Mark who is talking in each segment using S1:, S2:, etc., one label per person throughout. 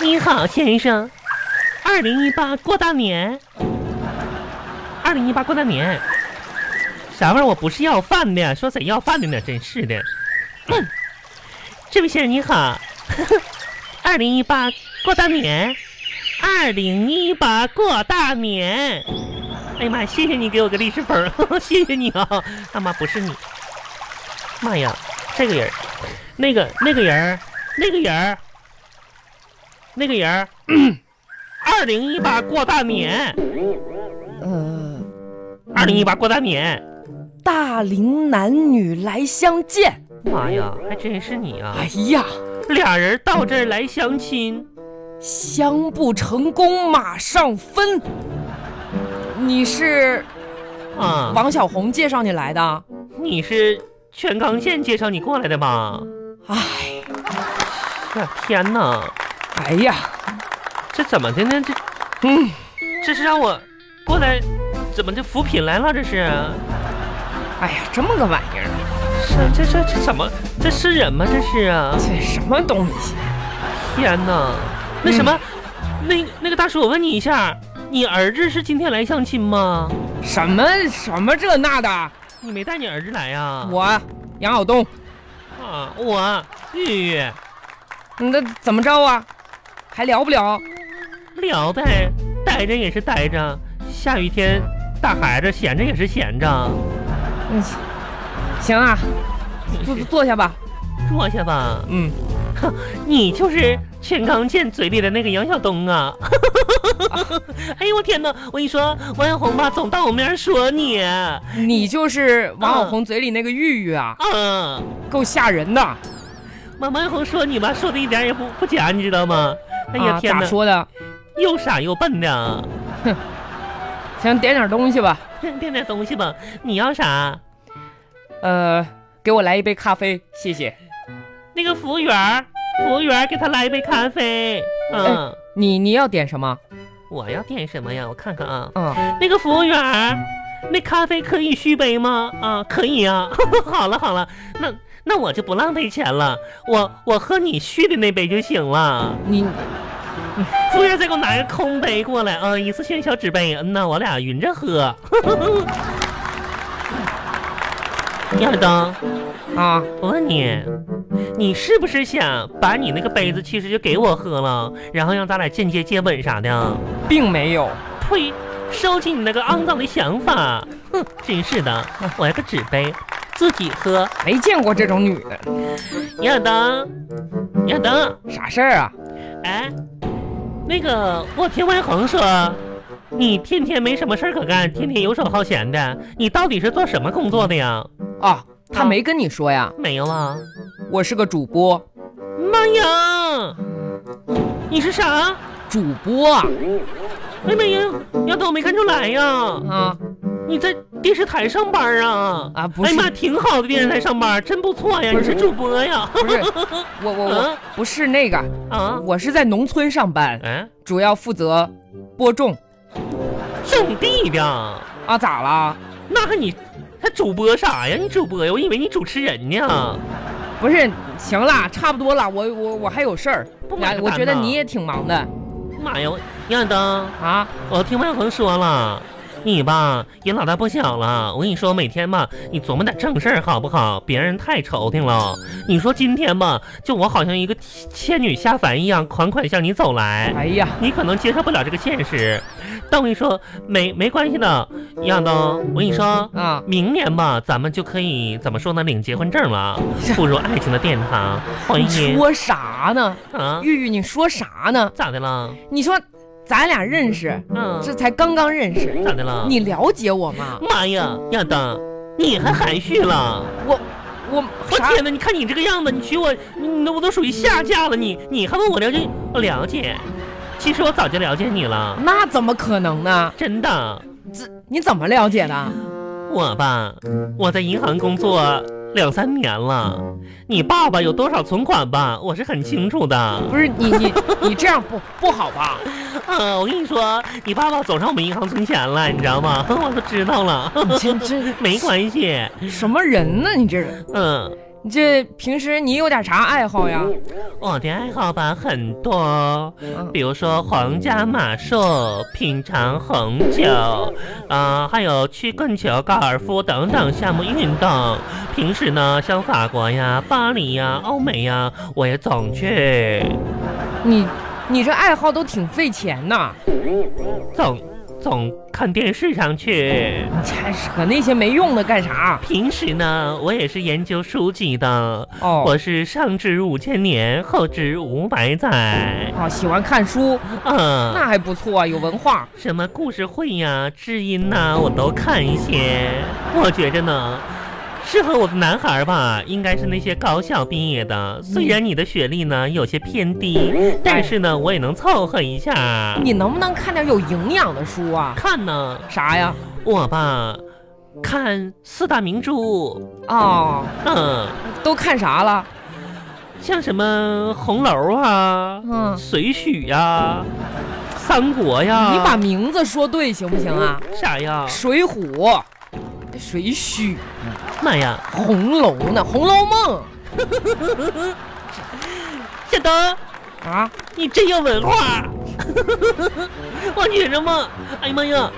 S1: 您好，先生。二零一八过大年，二零一八过大年，啥玩意儿？我不是要饭的，说谁要饭的呢？真是的。哼，这位先生你好， 二零一八过大年，二零一八过大年。哎呀妈呀！谢谢你给我个利是封儿， 谢谢你啊、大妈不是你，妈呀，这个人儿，那个那个人儿，那个人儿，那个人儿， 二零一八过大年，
S2: 呃，
S1: 二零一八过大年，
S2: 大龄男女来相见。
S1: 妈呀，还真是你啊！
S2: 哎呀，
S1: 俩人到这儿来相亲，
S2: 相不成功马上分。你是
S1: 啊，
S2: 王小红介绍你来的？
S1: 你是全康县介绍你过来的吧？
S2: 哎，
S1: 这天哪，
S2: 哎呀，
S1: 这怎么的呢？这
S2: 嗯，
S1: 这是让我过来，怎么就扶贫来了？这是。啊
S2: 哎呀，这么个玩意儿，
S1: 这这这这怎么？这是人吗？这是啊！
S2: 这什么东西？
S1: 天哪！那什么，那那个大叔，我问你一下，你儿子是今天来相亲吗？
S2: 什么什么这那的？
S1: 你没带你儿子来呀、啊？
S2: 我杨晓东，
S1: 我啊，我玉玉
S2: 你那怎么着啊？还聊不聊？
S1: 聊呗，待着也是待着，下雨天大孩子闲着也是闲着，
S2: 嗯，行啊，坐坐下吧。
S1: 坐下吧。
S2: 嗯，
S1: 你就是全康健嘴里的那个杨晓东啊！ 哎呦我天哪！我跟你说，王小红吧，总到我面说你，
S2: 你就是王小红嘴里那个玉玉啊，
S1: 嗯。
S2: 够吓人的。啊
S1: 妈妈红说你吧，说的一点也不不假，你知道吗？哎呀、
S2: 啊，
S1: 天
S2: 咋
S1: 哪，
S2: 说的？
S1: 又傻又笨 的，
S2: 行，点点东西吧。
S1: 点点东西吧。你要啥？
S2: 呃，给我来一杯咖啡，谢谢。
S1: 那个服务员儿，服务员儿给他来一杯咖啡。
S2: 哎
S1: 嗯，
S2: 你你要点什么？
S1: 我要点什么呀？我看看啊。
S2: 嗯，
S1: 那个服务员儿，那咖啡可以续杯吗？啊，可以啊。 好了好了，那那我就不浪费钱了，我我喝你续的那杯就行了。
S2: 你
S1: 服务员再给我拿个空杯过来啊，一次性小纸杯。嗯呐，我俩匀着喝。 亚当，
S2: 啊，
S1: 我问你，你是不是想把你那个杯子其实就给我喝了，然后让咱俩间接接吻啥的？
S2: 并没有。
S1: 呸！收起你那个肮脏的想法！哼，真是的，我要个纸杯，自己喝。
S2: 没见过这种女的，
S1: 亚当，亚当，
S2: 啥事儿啊？
S1: 哎，那个，我听外恒说，你天天没什么事儿可干，天天游手好闲的，你到底是做什么工作的呀？
S2: 啊，他
S1: 啊
S2: 没跟你说呀？
S1: 没有啊？
S2: 我是个主播，
S1: 妈呀！你是啥？
S2: 主播啊
S1: 哎妈呀！丫头，我没看出来呀！
S2: 啊！
S1: 你在电视台上班啊？
S2: 啊不是
S1: 哎妈，挺好的电视台上班，真不错呀！
S2: 不
S1: 你
S2: 是哦
S1: 是主播呀？
S2: 不是，我我我
S1: 啊
S2: 不是那个，
S1: 啊？
S2: 我是在农村上班，
S1: 哎，
S2: 主要负责播种
S1: 种地的？
S2: 啊。咋啦？
S1: 那还你还主播啥呀？你主播呀？我以为你主持人呢。
S2: 不是，行啦，差不多啦，我我我还有事儿
S1: 不，麻
S2: 呀
S1: 烦
S2: 我觉得
S1: 呐
S2: 你也挺忙的
S1: 妈呀！我杨晓东，
S2: 啊。
S1: 我听万恒说了，你吧也老大不小了。我跟你说，每天吧，你琢磨点正事儿好不好？别让人太愁挺了。你说今天吧，就我好像一个仙女下凡一样，款款向你走来。
S2: 哎呀，
S1: 你可能接受不了这个现实，但我跟你说，没没关系的，亚东。我跟你说，
S2: 啊，
S1: 明年吧，咱们就可以怎么说呢，领结婚证了，步入爱情的殿堂。欢
S2: 你
S1: 迎
S2: 说啥呢？
S1: 啊，
S2: 玉玉，你说啥呢？
S1: 咋的了？
S2: 你说咱俩认识，
S1: 嗯，
S2: 这才刚刚认识，
S1: 咋的了？
S2: 你了解我吗？
S1: 妈呀，亚当，你还含蓄了？
S2: 我我
S1: 我
S2: 啥？
S1: 天哪！你看你这个样子，你娶我，你我都属于下嫁了。你你还问我了解？我了解，其实我早就了解你了，
S2: 那怎么可能呢？
S1: 真的。
S2: 这你怎么了解的？
S1: 我吧，我在银行工作两三年了，你爸爸有多少存款吧，我是很清楚的。
S2: 不是你你你这样不不好吧？
S1: 啊，我跟你说，你爸爸总上我们银行存钱了，你知道 吗？我都知道了，
S2: 你这这
S1: 没关系。
S2: 什么人呢？你这人，
S1: 嗯，
S2: 你这平时你有点啥爱好呀？
S1: 我的爱好吧很多，哦
S2: 嗯
S1: 比如说皇家马术、品尝红酒，啊、还有曲棍球、高尔夫等等项目运动。平时呢，像法国呀、巴黎呀、欧美呀，我也总去，
S2: 你你这爱好都挺费钱呐，
S1: 总总看电视上去。
S2: 你还扯那些没用的干啥？
S1: 平时呢，我也是研究书籍的，
S2: 哦
S1: 我是上至五千年，后至五百载。
S2: 哦，喜欢看书，
S1: 嗯，
S2: 那还不错啊，有文化。
S1: 什么故事会呀、知音呐、我都看一些。我觉着呢，适合我的男孩儿吧，应该是那些高校毕业的。虽然你的学历呢有些偏低，但是呢，我也能凑合一下。
S2: 你能不能看点有营养的书啊？
S1: 看呢，
S2: 啥呀？
S1: 我吧，看四大名著，
S2: 哦，
S1: 嗯，
S2: 都看啥了？
S1: 像什么《红楼》啊，
S2: 嗯
S1: 水浒》呀，《三国》呀，
S2: 你把名字说对行不行啊？
S1: 啥呀？
S2: 水浒、水浒、
S1: 妈呀，
S2: 红楼呢？《红楼梦
S1: 小灯。》
S2: 啊？
S1: 你真有文化， 我觉着嘛，哎呀妈呀，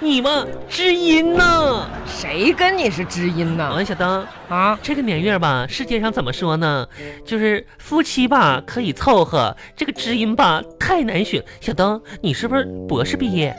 S1: 你嘛知音呐！
S2: 谁跟你是知音
S1: 好
S2: 呢？
S1: 了，小灯，
S2: 啊，
S1: 这个年月吧，世界上怎么说呢？就是夫妻吧可以凑合，这个知音吧太难选。小灯，你是不是博士毕业？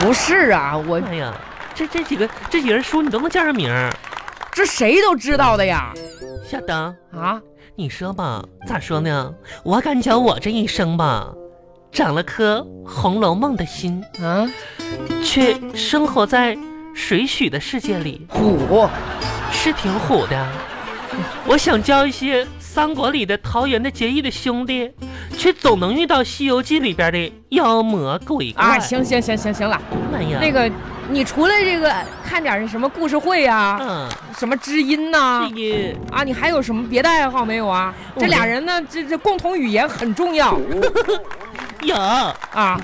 S2: 不是啊，我
S1: 哎呀，这这几个这几人书你都能叫上名儿。
S2: 这谁都知道的呀。
S1: 小灯，
S2: 啊，
S1: 你说吧，咋说呢？我感觉我这一生吧，长了颗《红楼梦》的心。
S2: 嗯、
S1: 却生活在水浒的世界里，
S2: 虎，
S1: 是挺虎的。我想交一些三国里的桃园的结义的兄弟，却总能遇到《西游记》里边的妖魔鬼怪。
S2: 啊，，行行行行行了，
S1: 哎呀，
S2: 那个，你除了这个看点儿什么故事会啊，
S1: 嗯，
S2: 什么知音呐、
S1: 这个
S2: 啊，你还有什么别的爱好没有啊？
S1: 我
S2: 这俩
S1: 没
S2: 人呢，这这共同语言很重要
S1: 有
S2: 啊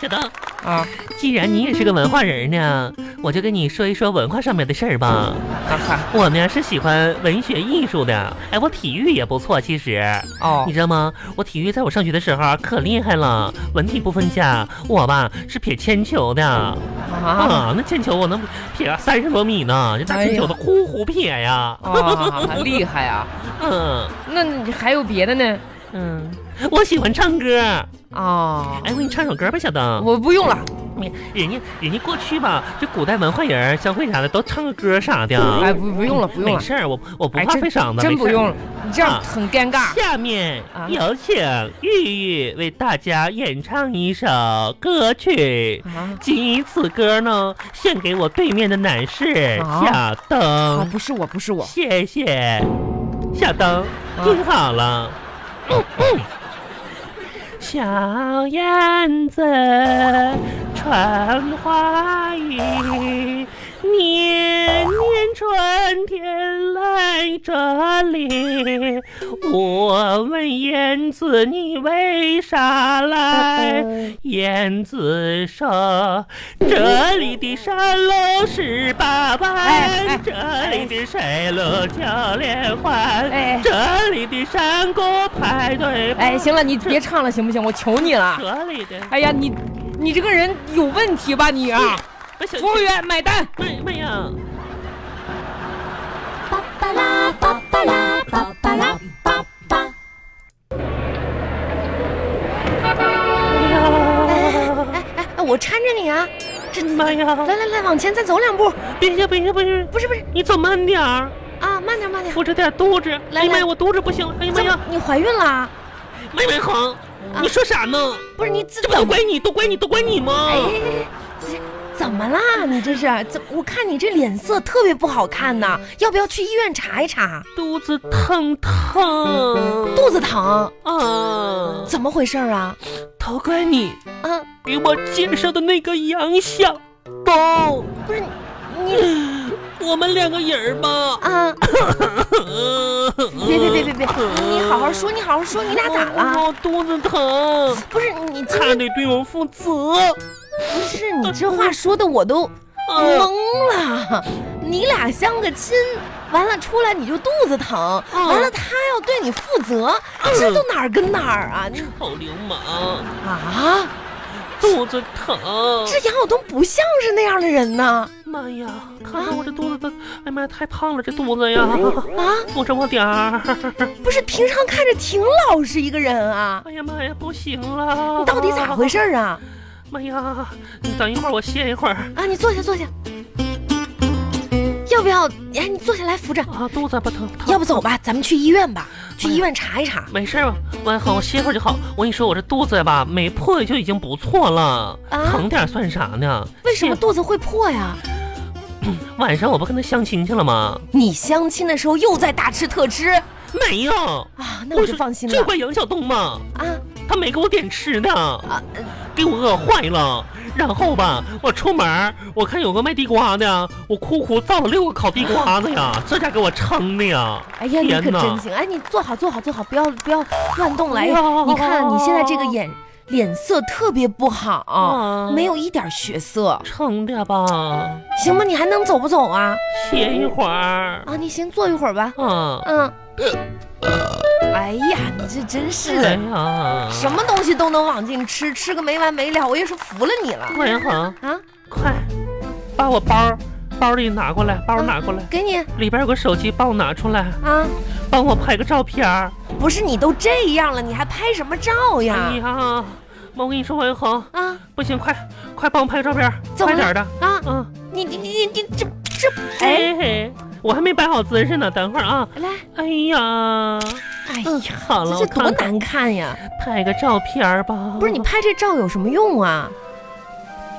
S1: 小灯，
S2: 啊！
S1: 既然你也是个文化人呢，我就跟你说一说文化上面的事儿吧。
S2: 哈哈
S1: 我们呀是喜欢文学艺术的，哎，我体育也不错，其实。
S2: 哦
S1: 你，知道吗？我体育在我上学的时候啊可厉害了，文体不分家。我吧是撇铅球的啊
S2: 啊
S1: 那铅球我能撇三十多米呢，这大铅
S2: 哎
S1: 球都呼呼撇呀。
S2: 啊，厉害啊！
S1: 嗯
S2: 那你还有别的呢？
S1: 嗯，我喜欢唱歌。
S2: 啊，
S1: 哎，我给你唱首歌吧，小灯。
S2: 我不用了，
S1: 你人家人家过去吧，这古代文化人儿相会啥的都唱个歌啥的。
S2: 哎，不不用了，不用
S1: 没
S2: 了，
S1: 事儿，我我不
S2: 哎
S1: 怕
S2: 真
S1: 费嗓子，
S2: 真
S1: 没事
S2: 不
S1: 儿
S2: 用了，你这样
S1: 啊
S2: 很尴尬。
S1: 下面
S2: 啊
S1: 有请玉玉为大家演唱一首歌曲。
S2: 啊
S1: 仅以此歌呢，献给我对面的男士
S2: 啊
S1: 小
S2: 啊，
S1: 灯，
S2: 不是我，不是我，
S1: 谢谢小灯，
S2: 啊
S1: 听好了。小燕子穿花衣，年年春天来这里。我问燕子，你为啥来？燕子说：“这里的山路十八
S2: 哎哎
S1: 弯，这里的水路九连
S2: 哎
S1: 环，这里的山谷排队排。”
S2: 哎，行了，你别唱了，行不行？我求你了。
S1: 这里的哎
S2: 哎呀，你你这个人有问题吧你啊！
S1: 我想
S2: 服务员买单。
S1: 妈呀妈呀！
S3: 巴巴拉巴巴拉巴巴拉巴巴。
S1: 哎
S3: 哎哎，我搀着你啊！这
S1: 妈哎呀！
S3: 来来来，往前再走两步。
S1: 别呀别呀别呀！
S3: 不是不是
S1: 你走慢点儿，
S3: 啊，慢点慢点。
S1: 扶着点肚子。
S3: 来
S1: 哎呀妈
S3: 来
S1: 呀，我肚子不行了。哎呀妈
S3: 怎么
S1: 呀，
S3: 你怀孕了？
S1: 妹妹好，你说啥呢？
S3: 不是你自
S1: 这不都
S3: 怎么？
S1: 怪你，都怪你，都怪你吗？
S3: 哎，这是怎么啦？你这是怎？我看你这脸色特别不好看呐，要不要去医院查一查？
S1: 肚子疼疼，
S3: 肚子疼，
S1: 啊，
S3: 怎么回事儿啊？
S1: 都怪你
S3: 啊，
S1: 给我介绍的那个杨小东，
S3: 不是你
S1: 我们两个人儿吧。
S3: 啊！别别别别别，你好好说，你好好说，你俩咋了？
S1: 我哦肚子疼，
S3: 不是你今
S1: 他
S3: 天
S1: 得对我负责。
S3: 不是你这话说的我都
S1: 啊
S3: 懵了，你俩相个亲，完了出来你就肚子疼，
S1: 嗯
S3: 完了他要对你负责，这都哪儿跟哪儿啊？你
S1: 臭流氓，
S3: 啊，
S1: 肚子疼。
S3: 这杨晓东不像是那样的人呐！
S1: 妈呀，看看我这肚子疼，哎呀妈呀，太胖了，这肚子呀，
S3: 啊，
S1: 不这么点儿。
S3: 不是平常看着挺老实一个人啊，
S1: 哎呀妈呀，不行了！
S3: 你到底咋回事？儿啊？
S1: 妈呀，你等一会儿，我歇一会儿
S3: 啊，你坐下坐下，要不要？哎，你坐下来扶着，哎
S1: 啊，肚子不疼。疼
S3: 要不走吧，咱们去医院吧，去医院查一查。
S1: 没事儿吧？我好，我歇会儿就好。我跟你说，我这肚子吧没破就已经不错了，
S3: 啊
S1: 疼点儿算啥呢？
S3: 为什么
S1: 歇
S3: 肚子会破呀？
S1: 晚上我不跟他相亲去了吗？
S3: 你相亲的时候又在大吃特吃
S1: 没有，
S3: 啊，那我
S1: 是
S3: 就放心
S1: 就
S3: 了
S1: 怪杨晓东嘛，
S3: 啊
S1: 他没给我点吃的，
S3: 啊！呃
S1: 给我饿坏了。然后吧，我出门儿我看有个卖地瓜的，我哭哭造了六个烤地瓜子呀，这家给我撑的 呀！
S3: 哎呀，你可
S1: 天哪
S3: 真行！哎，你坐好坐好坐好，不要不要乱动了。哎
S1: 哎呀
S3: 你看你现在这个眼脸色特别不好，
S1: 啊
S3: 没有一点血色，
S1: 撑点吧，
S3: 行吧？你还能走不走啊？
S1: 歇一会儿。
S3: 啊，你行，坐一会儿吧。
S1: 啊，
S3: 嗯。哎呀，你这真是
S1: 哎
S3: 的，
S1: 呀，
S3: 什么东西都能往进吃，吃个没完没了，我也是服了你了
S1: 王元恒，
S3: 啊！
S1: 快把我包儿包里拿过来，
S3: 嗯
S1: 包儿拿过来，
S3: 啊给你
S1: 里边有个手机，帮我拿出来，
S3: 啊。
S1: 帮我拍个照片儿。
S3: 不是你都这样了，你还拍什么照呀
S1: 哎？呀，妈，我跟你说，王元恒，
S3: 啊
S1: 不行，快快帮我拍个照片儿，
S3: 怎
S1: 快
S3: 么了
S1: 点儿的。
S3: 啊！
S1: 嗯，
S3: 你你你你这这哎，
S1: 哎嘿，我还没摆好姿势呢，等会儿啊。
S3: 来，
S1: 哎呀，
S3: 哎
S1: 嗯，
S3: 呀，
S1: 好了，
S3: 这
S1: 我
S3: 多
S1: 看看，
S3: 难看呀！
S1: 拍个照片儿吧。
S3: 不是你拍这照有什么用啊？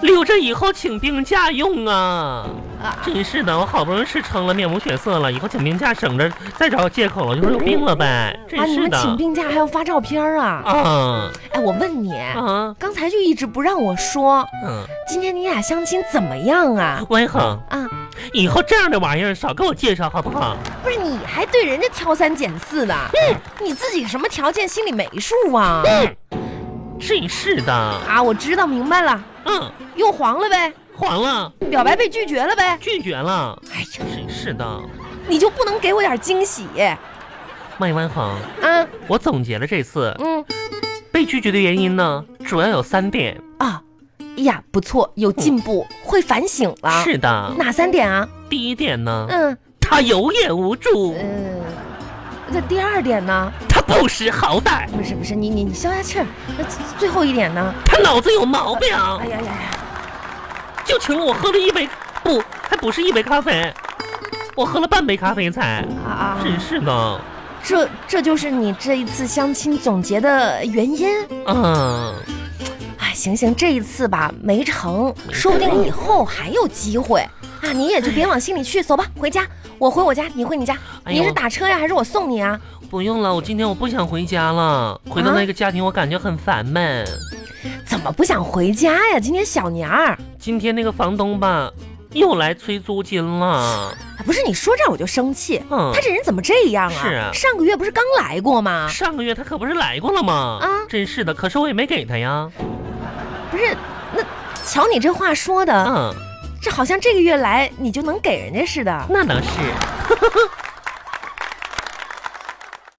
S1: 留着以后请病假用啊。
S3: 啊，
S1: 真是的，我好不容易是撑了，面无血色了，以后请病假省着再找借口了，就说有病了呗。
S3: 啊，
S1: 真
S3: 你
S1: 是
S3: 们
S1: 的。
S3: 请病假还要发照片儿啊？
S1: 啊
S3: 哎，我问你，
S1: 啊
S3: 刚才就一直不让我说，
S1: 嗯，
S3: 今天你俩相亲怎么样啊？
S1: 王一恒，
S3: 啊，
S1: 以后这样的玩意儿少给我介绍好不好？
S3: 不是你还对人家挑三拣四的，你自己什么条件心里没数啊？
S1: 真嗯是的，
S3: 啊，我知道明白了，
S1: 嗯，
S3: 又黄了呗，
S1: 黄了，
S3: 表白被拒绝了呗。
S1: 拒绝了，
S3: 哎呀，
S1: 真是的。
S3: 你就不能给我点惊喜
S1: 麦文恒，
S3: 啊？
S1: 我总结了这次
S3: 嗯
S1: 被拒绝的原因呢，主要有三点。
S3: 啊，哎呀，不错，有进步，会反省了。
S1: 是的，
S3: 哪三点啊？
S1: 第一点呢，
S3: 嗯
S1: 他有眼无珠，
S3: 呃，那第二点呢？
S1: 他不识好歹，
S3: 不是不是，你你你消下气儿。那最最后一点呢？
S1: 他脑子有毛病。
S3: 哎呀呀呀！
S1: 就请了我喝了一杯，不，还不是一杯咖啡，我喝了半杯咖啡才。
S3: 啊啊！
S1: 真是的，
S3: 这这就是你这一次相亲总结的原因。
S1: 嗯，
S3: 哎，行行，这一次吧没成，说不定以后还有机会啊！你也就别往心里去，走吧，回家。我回我家，你回你家。
S1: 哎
S3: 你
S1: 呦
S3: 是打车呀，还是我送你啊？
S1: 不用了，我今天我不想回家了，回到
S3: 啊
S1: 那个家庭我感觉很烦闷。
S3: 怎么不想回家呀？今天小年儿，
S1: 今天那个房东吧，又来催租金了，
S3: 哎不是你说这儿我就生气，
S1: 嗯
S3: 他，这人怎么这样啊？
S1: 是啊
S3: 上个月不是刚来过吗？
S1: 上个月他可不是来过了吗？
S3: 啊
S1: 真是的，可是我也没给他呀，
S3: 不是，那瞧你这话说的，
S1: 嗯，
S3: 这好像这个月来你就能给人家似的。
S1: 那倒是，